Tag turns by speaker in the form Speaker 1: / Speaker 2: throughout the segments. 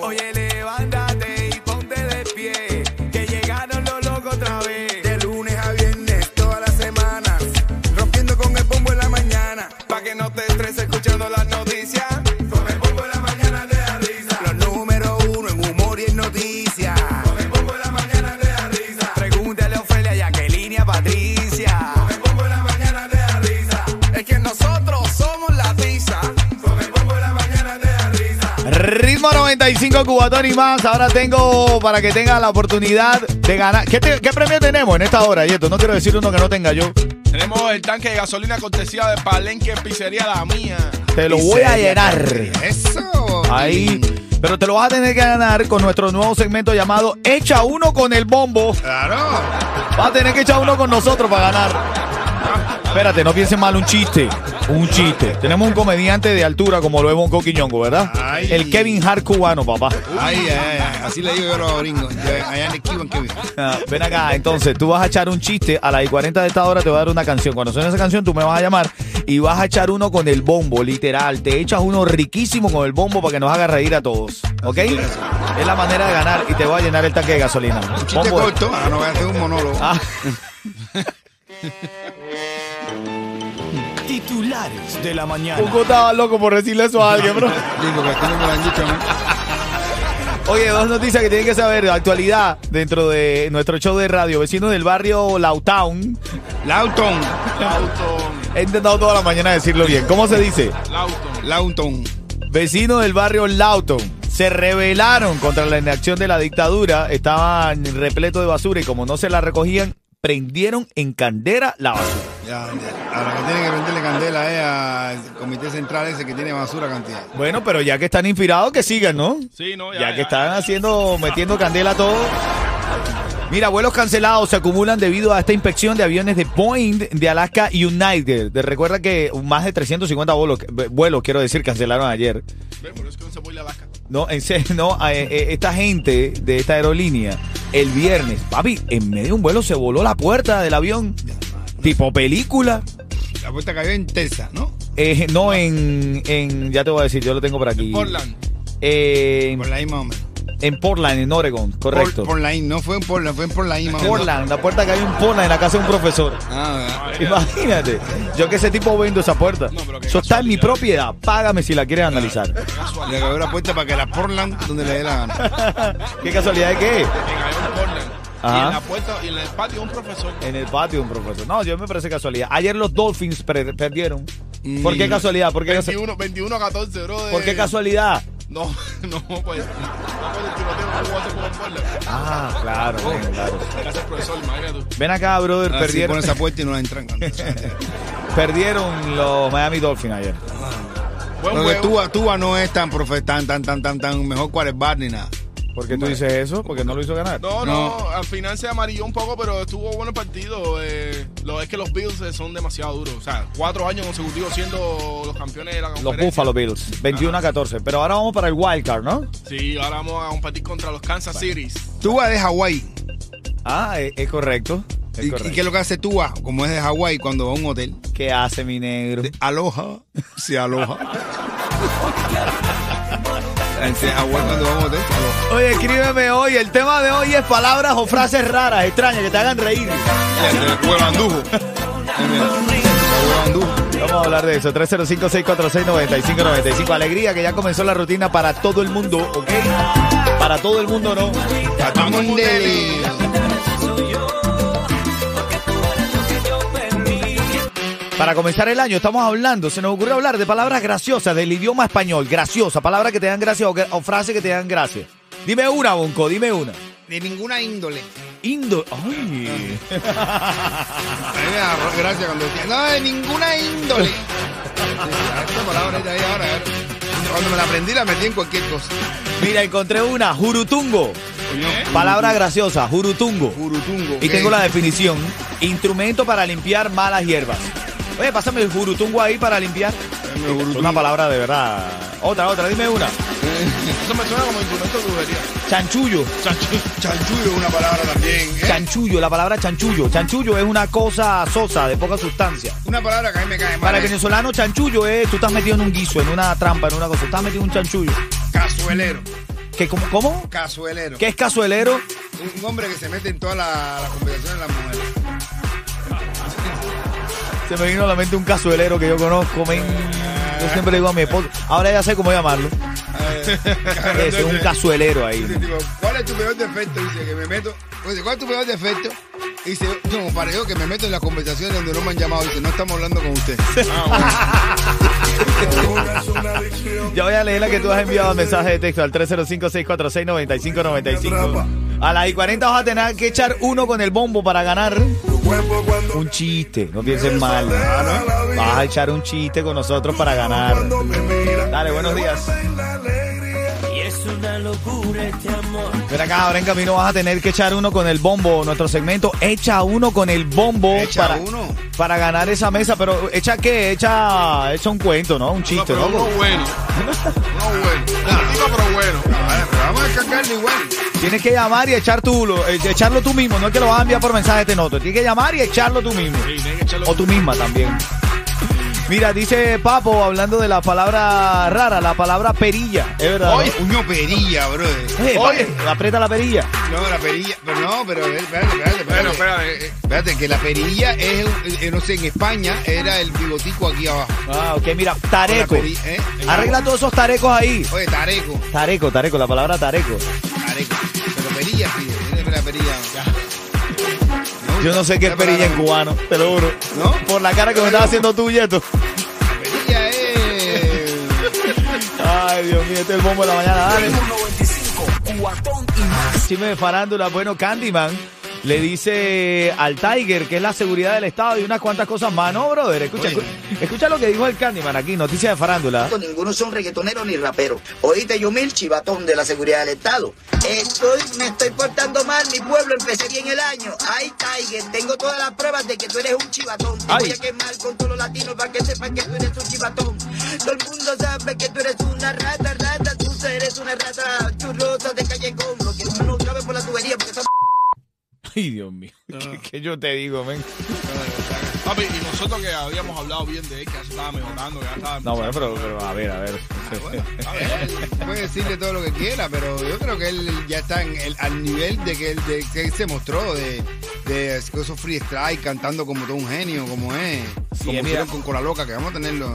Speaker 1: Oye, levántate y ponte de pie, que llegaron los locos otra vez.
Speaker 2: De lunes a viernes, todas las semanas, rompiendo con el bombo en la mañana.
Speaker 1: Pa' que no te estreses escuchando las noticias.
Speaker 2: Con el bombo en la mañana te da risa. Los número uno en humor y en noticias. Con el bombo en la mañana te da risa.
Speaker 1: Pregúntale a Ofelia, Jacqueline y a Patricia.
Speaker 2: Con el bombo en la mañana te da risa.
Speaker 1: Es que nosotros somos la tiza.
Speaker 2: Con el bombo en la mañana te da risa.
Speaker 3: Ritmo 95 Cubatón y más. Ahora tengo para que tengas la oportunidad de ganar. ¿Qué, te- qué premio tenemos en esta hora, Yeto? No quiero decir uno que no tenga yo.
Speaker 4: Tenemos el tanque de gasolina cortesía de Palenque Pizzería La Mía.
Speaker 3: Te lo voy a llenar.
Speaker 5: Eso.
Speaker 3: Ahí. Pero te lo vas a tener que ganar con nuestro nuevo segmento llamado Echa uno con el bombo.
Speaker 5: Claro.
Speaker 3: Vas a tener que echar uno con nosotros para ganar. Espérate, no piensen mal, un chiste. Un chiste. Tenemos un comediante de altura como lo es Bonco Quiñongo, ¿verdad?
Speaker 5: Ay.
Speaker 3: El Kevin Hart cubano, papá.
Speaker 5: Ay, ay, ay. Así le digo yo a los gringos. Yo, Allá en el Kibo, en Kibo.
Speaker 3: Ah, Ven acá, entonces tú vas a echar un chiste. A las y 40 de esta hora te voy a dar una canción. Cuando suene esa canción, tú me vas a llamar y vas a echar uno con el bombo, literal. Te echas uno riquísimo con el bombo para que nos haga reír a todos. ¿Ok? Es la manera de ganar y te voy a llenar el tanque de gasolina.
Speaker 5: Un chiste
Speaker 3: Bombo.
Speaker 5: corto. Ah, no voy a hacer un monólogo.
Speaker 3: Ah.
Speaker 1: Titulares de la mañana.
Speaker 3: Cuco estaba loco por decirle eso a alguien, bro.
Speaker 5: Digo que aquí no me lo han dicho, ¿no?
Speaker 3: Oye, dos noticias que tienen que saber de actualidad dentro de nuestro show de radio. Vecinos del barrio Lautown.
Speaker 5: Lauton.
Speaker 4: Lauton.
Speaker 3: He intentado toda la mañana decirlo bien. ¿Cómo se dice?
Speaker 4: Lauton.
Speaker 5: Lauton.
Speaker 3: Vecinos del barrio Lauton se rebelaron contra la inacción de la dictadura. Estaban repletos de basura y como no se la recogían, prendieron en candela la basura.
Speaker 5: Ya, ya. Ahora que tiene que prenderle candela eh, al comité central ese que tiene basura cantidad.
Speaker 3: Bueno, pero ya que están inspirados, que sigan, ¿no?
Speaker 4: Sí, no,
Speaker 3: Ya,
Speaker 4: ya.
Speaker 3: que están haciendo, metiendo candela a todo. Mira, vuelos cancelados se acumulan debido a esta inspección de aviones de Boeing de Alaska United. Te recuerda que más de 350 vuelos, vuelos, quiero decir, cancelaron ayer.
Speaker 4: Ve, Por eso es que no se puede ir a Alaska.
Speaker 3: No, en serio, no, a- eh, eh, esta gente de esta aerolínea, el viernes, papi, en medio de un vuelo se voló la puerta del avión, tipo película.
Speaker 5: La puerta cayó en Texas, ¿no?
Speaker 3: Eh, no, en, en, ya te voy a decir, yo lo tengo por aquí.
Speaker 4: Portland.
Speaker 3: Eh, en-
Speaker 5: Por la misma más o menos.
Speaker 3: en Portland, en Oregon, correcto.
Speaker 5: Por, por la in- no fue en Portland, fue en por la in, más o menos.
Speaker 3: Portland, la puerta que hay en Portland en la casa de un profesor.
Speaker 5: Ah,
Speaker 3: Imagínate, yo que ese tipo vendo esa puerta.
Speaker 4: No, pero qué
Speaker 3: Eso está en mi
Speaker 4: casualidad.
Speaker 3: propiedad. Págame si la quieres analizar.
Speaker 5: ya. le cayó la puerta para que la Portland donde le dé la gana.
Speaker 3: ¿Qué casualidad es que es?
Speaker 4: Que cayó en Portland.
Speaker 3: Ajá.
Speaker 4: Y en la puerta, y en el patio, un profesor.
Speaker 3: En el patio de un profesor. No, yo me parece casualidad. Ayer los Dolphins per- perdieron.
Speaker 5: Mm.
Speaker 3: ¿Por qué casualidad? ¿Por qué, casu-
Speaker 4: 21, 21 a 14, bro.
Speaker 3: ¿Por qué casualidad?
Speaker 4: No, no, pues. No, pues el tiroteo no jugó hace como en Portland.
Speaker 3: Ah, claro, ven, claro.
Speaker 4: Gracias, profesor. Imagínate tú.
Speaker 3: Ven acá, brother.
Speaker 5: Ahora Ah, sí,
Speaker 3: perdieron,
Speaker 5: pone esa puerta y no la entran.
Speaker 3: perdieron los Miami Dolphins ayer.
Speaker 4: Buen
Speaker 5: Lo que
Speaker 4: juego.
Speaker 5: Tuba, Tuba no es tan profe, tan, tan, tan, tan, tan mejor quarterback ni nada.
Speaker 3: ¿Por qué tú dices eso? Porque no lo hizo ganar.
Speaker 4: No, no,
Speaker 5: No.
Speaker 4: al final se amarilló un poco, pero estuvo bueno el partido. Eh, lo es que los Bills eh, son demasiado duros. O sea, cuatro años consecutivos siendo los campeones de la
Speaker 3: Los
Speaker 4: conferencia.
Speaker 3: Buffalo Bills, 21 a 14. Pero ahora vamos para el wild card, ¿no?
Speaker 4: Sí, ahora vamos a competir contra los Kansas City.
Speaker 5: Tuba de Hawái.
Speaker 3: Ah, es, es correcto. Es
Speaker 5: ¿Y,
Speaker 3: correcto.
Speaker 5: y qué es lo que hace Tuba? Como es de Hawái, cuando va a un hotel.
Speaker 3: ¿Qué hace mi negro?
Speaker 5: Aloja, se aloja. En Hawái, cuando va a un hotel, se aloja.
Speaker 3: Oye, escríbeme hoy. El tema de hoy es palabras o frases raras, extrañas, que te hagan reír.
Speaker 5: Este, El huevandujo. El huevandujo.
Speaker 3: Vamos a hablar de eso. 305-646-9595. Alegría que ya comenzó la rutina para todo el mundo, ¿ok? Para todo el mundo no.
Speaker 5: Catamundeli.
Speaker 3: Para comenzar el año estamos hablando, se nos ocurrió hablar de palabras graciosas del idioma español. Graciosa, palabras que te dan gracia o, que- o frases que te dan gracia. Dime una, Bonco, dime una.
Speaker 5: De ninguna índole.
Speaker 3: Indo... Ay.
Speaker 5: A mí me da gracia cuando decía, no, de ninguna índole. Esta palabra está ahí ahora. Cuando me la aprendí, la metí en cualquier cosa.
Speaker 3: Mira, encontré una, jurutungo.
Speaker 4: ¿Eh?
Speaker 3: Palabra graciosa, jurutungo.
Speaker 5: Jurutungo.
Speaker 3: Y
Speaker 5: ok.
Speaker 3: tengo la definición. Instrumento para limpiar malas hierbas. Oye, pásame el jurutungo ahí para limpiar. Una palabra de verdad. Otra, otra, dime una.
Speaker 4: Eso me suena como instrumento de brujería.
Speaker 3: Chanchullo.
Speaker 6: Chanchullo es una palabra también. ¿eh?
Speaker 3: Chanchullo, la palabra chanchullo. Chanchullo es una cosa sosa, de poca sustancia.
Speaker 5: Una palabra que a mí me cae mal. ¿eh?
Speaker 3: Para el
Speaker 5: es
Speaker 3: venezolano, chanchullo es, tú estás metido en un guiso, en una trampa, en una cosa. Estás metido en un chanchullo.
Speaker 5: Cazuelero.
Speaker 3: ¿Qué, cómo, cómo?
Speaker 5: Cazuelero.
Speaker 3: ¿Qué es cazuelero?
Speaker 5: Un hombre que se mete en todas la- las complicaciones de las mujeres.
Speaker 3: Se me vino a la mente un cazuelero que yo conozco, men. Yo siempre le digo a mi esposo, ahora ya sé cómo llamarlo. Ese es un cazuelero ahí.
Speaker 5: Dice, tipo, ¿cuál es tu peor defecto? Dice, que me meto. pues Dice, ¿cuál es tu peor defecto? Dice, no, para yo que me meto en las conversaciones donde no me han llamado. Dice, no estamos hablando con usted.
Speaker 4: Ah,
Speaker 3: Ya voy a leer la que tú has enviado al mensaje de texto al 305-646-9595. A las y 40 vas a tener que echar uno con el bombo para ganar. Un chiste, no pienses mal. Vas a echar un chiste con nosotros para ganar. Dale, buenos días. Mira acá, ahora en camino vas a tener que echar uno con el bombo. Nuestro segmento echa uno con el bombo
Speaker 5: Echa
Speaker 3: para,
Speaker 5: uno.
Speaker 3: para ganar esa mesa. Pero echa qué? Echa, echa un cuento, ¿no? Un
Speaker 4: No,
Speaker 3: chiste,
Speaker 4: pero
Speaker 3: ¿no?
Speaker 4: uno bueno. Uno bueno. Un tipo, pero bueno.
Speaker 5: Vale, pero vamos a descargarlo igual.
Speaker 3: Tienes que llamar y echar tú, lo- eh, echarlo tú mismo, no es que lo vas a enviar por mensaje de noto. Tienes que llamar y echarlo tú mismo.
Speaker 4: Sí, tiene que echarlo.
Speaker 3: O tú misma también. Mira, dice Papo, hablando de la palabra rara, la palabra perilla. Es verdad. ¿no?
Speaker 5: Oye, uño perilla, bro.
Speaker 3: Eh, pa- aprieta la perilla.
Speaker 5: No, la perilla. Pero no, pero eh, espérate, espérate,
Speaker 4: Bueno,
Speaker 5: espérate.
Speaker 4: espérate. eh,
Speaker 5: Espérate, que la perilla es, un- eh, no sé, en España era el bigotico aquí abajo.
Speaker 3: Ah, ok, mira,
Speaker 5: La
Speaker 3: tareco.
Speaker 5: peri- ¿eh?
Speaker 3: Arregla todos esos tarecos ahí.
Speaker 5: Oye, tareco.
Speaker 3: Tareco, tareco, la palabra tareco.
Speaker 5: Tareco. Pero perilla, sí. eh, Tiene la perilla. No,
Speaker 3: Yo no sé qué es
Speaker 5: esa
Speaker 3: perilla en
Speaker 5: palabra-
Speaker 3: cubano, te lo juro.
Speaker 5: ¿No?
Speaker 3: Por la cara que me estaba haciendo tú, Yeto.
Speaker 5: Perilla es...
Speaker 3: Ay, Dios mío, este es el bombo de la mañana, dale. Chisme de farándula, bueno, Candyman le dice al Tiger que es la seguridad del Estado y unas cuantas cosas más. No, brother, escucha,
Speaker 5: Oye.
Speaker 3: escu- escucha lo que dijo el Candyman aquí, noticia de farándula.
Speaker 7: ninguno son reggaetoneros ni raperos. Oíste, yo mil chivatón de la seguridad del Estado. Estoy, me estoy portando mal, mi pueblo, empecé bien el año. Ay, Tiger, tengo todas las pruebas de que tú eres un chivatón. Te
Speaker 3: Ay.
Speaker 7: voy a quemar con todos los latinos para que sepan que tú eres un chivatón. Todo el mundo sabe que tú eres una rata, rata, tú eres una rata churrosa de callejón. Lo que uno no cabe por la tubería porque son
Speaker 3: Ay, Dios mío, ¿qué, qué yo te digo, men?
Speaker 4: Papi, y nosotros que habíamos hablado bien de él, que ya se estaba mejorando, que ya estaba.
Speaker 3: No, bueno, pero, pero a ver, a ver.
Speaker 5: A ver, puede decirle todo lo que quiera, pero yo creo que él ya está en el- al nivel de que él, de que él se mostró, de, de esos free strike cantando como todo un genio, como es, como
Speaker 3: mira.
Speaker 5: hicieron con Cola Loca, que vamos a tenerlo.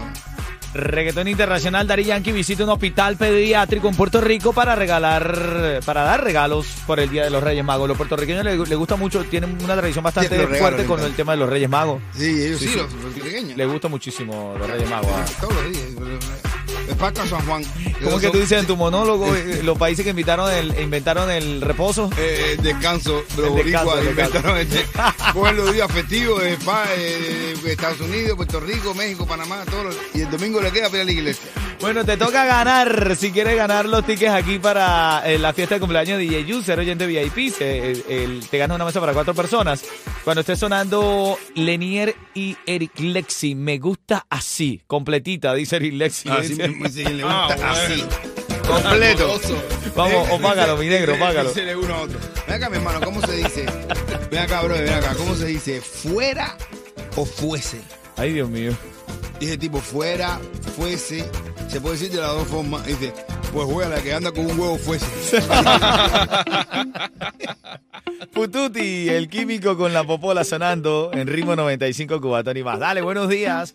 Speaker 3: Reggaetón internacional, Dari Yankee visita un hospital pediátrico en Puerto Rico para regalar, para dar regalos por el Día de los Reyes Magos. Los puertorriqueños les, les gusta mucho, tienen una tradición bastante
Speaker 5: los regalos,
Speaker 3: fuerte
Speaker 5: les
Speaker 3: con
Speaker 5: encanta.
Speaker 3: el tema de los Reyes Magos.
Speaker 5: Sí, ellos
Speaker 3: Sí,
Speaker 5: sí,
Speaker 3: sí.
Speaker 5: los puertorriqueños.
Speaker 3: Le gusta muchísimo los Reyes Magos. ah.
Speaker 5: Todos los días. El Paco a San Juan.
Speaker 3: ¿Cómo
Speaker 5: Ellos
Speaker 3: que tú
Speaker 5: son-
Speaker 3: dices en tu monólogo eh, los países que invitaron el, inventaron el reposo?
Speaker 5: Eh, eh, descanso, los
Speaker 3: El descanso,
Speaker 5: boricuas
Speaker 3: el descanso.
Speaker 5: inventaron este. Cogen los días festivos, eh, pa, eh, Estados Unidos, Puerto Rico, México, Panamá, todos los- y el domingo le queda para ir a la iglesia.
Speaker 3: Bueno, te toca ganar si quieres ganar los tickets aquí para eh, la fiesta de cumpleaños de DJ User, oyente VIP. se- eh, el- el- te ganas una mesa para cuatro personas. Cuando esté sonando Lenier y Eric Lexi, me gusta así, completita, dice Eric Lexi.
Speaker 5: Así
Speaker 3: Dice,
Speaker 5: mismo, si le
Speaker 4: Ah,
Speaker 5: gusta,
Speaker 4: bueno.
Speaker 5: así. Completo.
Speaker 3: Vamos, opágalo, mi negro, opágalo.
Speaker 5: págalo. uno a otro. Ven acá, mi hermano, ¿cómo se dice? Ven acá, bro, ven acá. ¿Cómo se dice? ¿Fuera o fuese?
Speaker 3: Ay, Dios mío.
Speaker 5: Dice tipo, fuera, fuese. Se puede decir de las dos formas. Dice, pues juega la que anda con un huevo fuese.
Speaker 3: Pututi, el químico con la popola sonando en ritmo 95 cubatón y más. Dale, buenos días.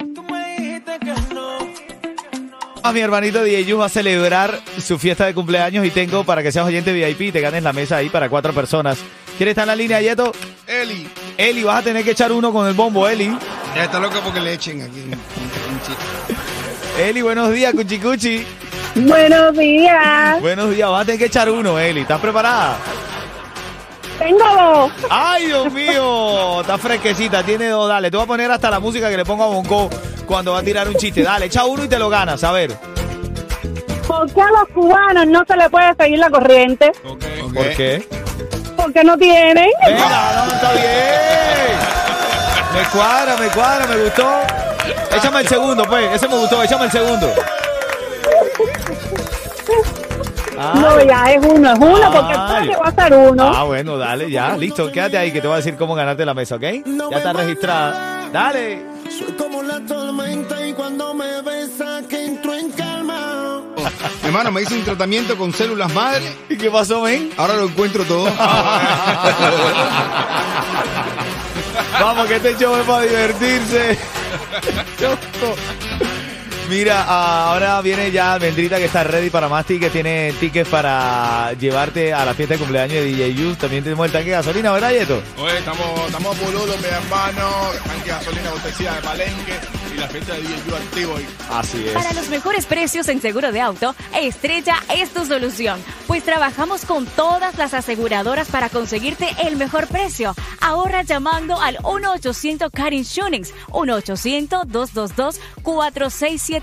Speaker 3: A mi hermanito DJ va a celebrar su fiesta de cumpleaños y tengo para que seas oyente VIP y te ganes la mesa ahí para cuatro personas. ¿Quieres estar en la línea, Yeto?
Speaker 5: Eli.
Speaker 3: Eli, vas a tener que echar uno con el bombo, Eli.
Speaker 5: Ya está loca porque le echen aquí un, un- un chiste.
Speaker 3: Eli, buenos días, Cuchicuchi.
Speaker 8: Buenos días.
Speaker 3: Buenos días, vas a tener que echar uno, Eli. ¿Estás preparada?
Speaker 8: Tengo dos.
Speaker 3: ¡Ay, Dios mío! Está fresquecita, tiene dos. Dale, te voy a poner hasta la música que le pongo a Bonco cuando va a tirar un chiste. Dale, echa uno y te lo ganas. A ver.
Speaker 8: ¿Por qué a los cubanos no se le puede seguir la corriente?
Speaker 4: Ok.
Speaker 3: ¿Por qué?
Speaker 8: ¿Por qué no tienen?
Speaker 3: Venga, no, está bien. Me cuadra, me cuadra, me gustó. Échame el segundo, pues. Ese me gustó, échame el segundo.
Speaker 8: No, ya es uno, es uno, porque
Speaker 3: Ay.
Speaker 8: solo te va a ser uno.
Speaker 3: Ah, bueno, dale, ya, listo. Quédate ahí que te voy a decir cómo ganarte la mesa, ¿ok? Ya está registrada. Dale.
Speaker 2: Soy como la tormenta y cuando me besa que entro en calma.
Speaker 5: Mi hermano, me hice un tratamiento con células madre.
Speaker 3: ¿Y qué pasó, men?
Speaker 5: Ahora lo encuentro todo.
Speaker 3: Vamos, que este show es para divertirse. Mira, ah, ahora viene ya Vendrita que está ready para más tickets. Tiene tickets para llevarte a la fiesta de cumpleaños de DJ Yus. También tenemos el tanque de gasolina, ¿verdad, Yeto?
Speaker 4: Oye, estamos, estamos pululos, mi hermano. Tanque de gasolina, cortesía de Palenque y la fiesta de DJU activo hoy.
Speaker 3: Así es.
Speaker 9: Para los mejores precios en seguro de auto, Estrella es tu solución, pues trabajamos con todas las aseguradoras para conseguirte el mejor precio. Ahorra llamando al 1-800 Car Insurance, 1-800-222-4678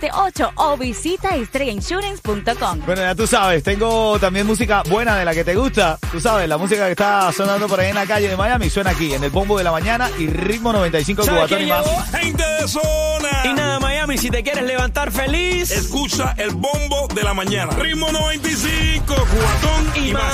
Speaker 9: o visita estrellainsurance.com.
Speaker 3: Bueno, ya tú sabes, tengo también música buena de la que te gusta. Tú sabes, la música que está sonando por ahí en la calle de Miami suena aquí, en el bombo de la mañana y ritmo 95
Speaker 10: ¿Sabes
Speaker 3: cubatón
Speaker 10: quién
Speaker 3: y más.
Speaker 10: llegó?
Speaker 2: Gente de zona.
Speaker 10: Y nada, Miami, si te quieres levantar feliz.
Speaker 2: Escucha el bombo de la mañana. Ritmo 95, cuatón y,
Speaker 10: Y más.
Speaker 2: más.